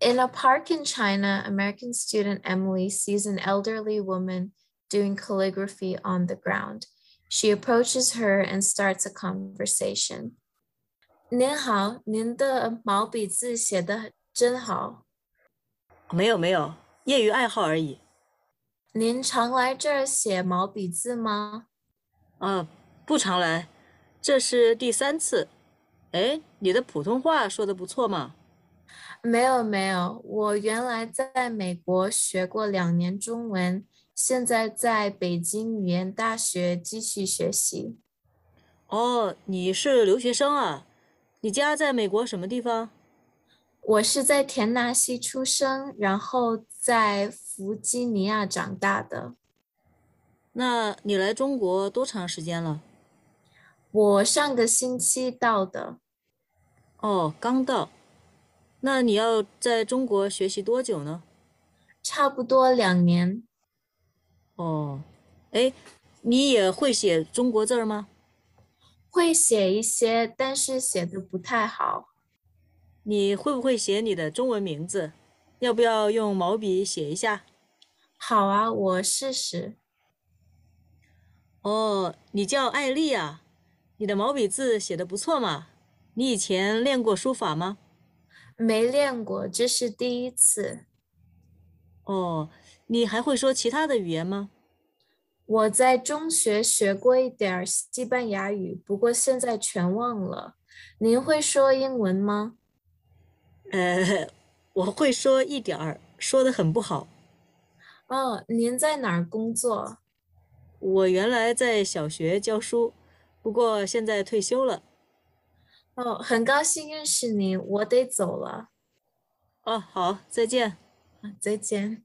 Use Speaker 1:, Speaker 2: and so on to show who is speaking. Speaker 1: In a park in China, American student Emily sees an elderly woman doing calligraphy on the ground. She approaches her and starts a conversation. 您好，您的毛笔字写的真好。
Speaker 2: 没有没有，业余爱好而已。
Speaker 1: 您常来这儿写毛笔字吗？
Speaker 2: 啊，不常来，这是第三次。哎，你的普通话说的不错嘛。
Speaker 1: 没有没有，我原来在美国学过两年中文，现在在北京语言大学继续学习。
Speaker 2: 哦，你是留学生啊？你家在美国什么地方？
Speaker 1: 我是在田纳西出生，然后在弗吉尼亚长大的。
Speaker 2: 那你来中国多长时间了？
Speaker 1: 我上个星期到的，
Speaker 2: 哦，刚到。那你要在中国学习多久呢？
Speaker 1: 差不多两年。
Speaker 2: 哦，哎，你也会写中国字儿吗？
Speaker 1: 会写一些，但是写的不太好。
Speaker 2: 你会不会写你的中文名字？要不要用毛笔写一下？
Speaker 1: 好啊，我试试。
Speaker 2: 哦，你叫艾丽啊？你的毛笔字写的不错嘛。你以前练过书法吗？
Speaker 1: 没练过，这是第一次。
Speaker 2: 哦，你还会说其他的语言吗？
Speaker 1: 我在中学学过一点儿西班牙语，不过现在全忘了。您会说英文吗？
Speaker 2: 呃，我会说一点儿，说的很不好。
Speaker 1: 哦，您在哪儿工作？
Speaker 2: 我原来在小学教书，不过现在退休了。
Speaker 1: 哦，很高兴认识您，我得走了，
Speaker 2: 哦，好，再见。
Speaker 1: 啊再见。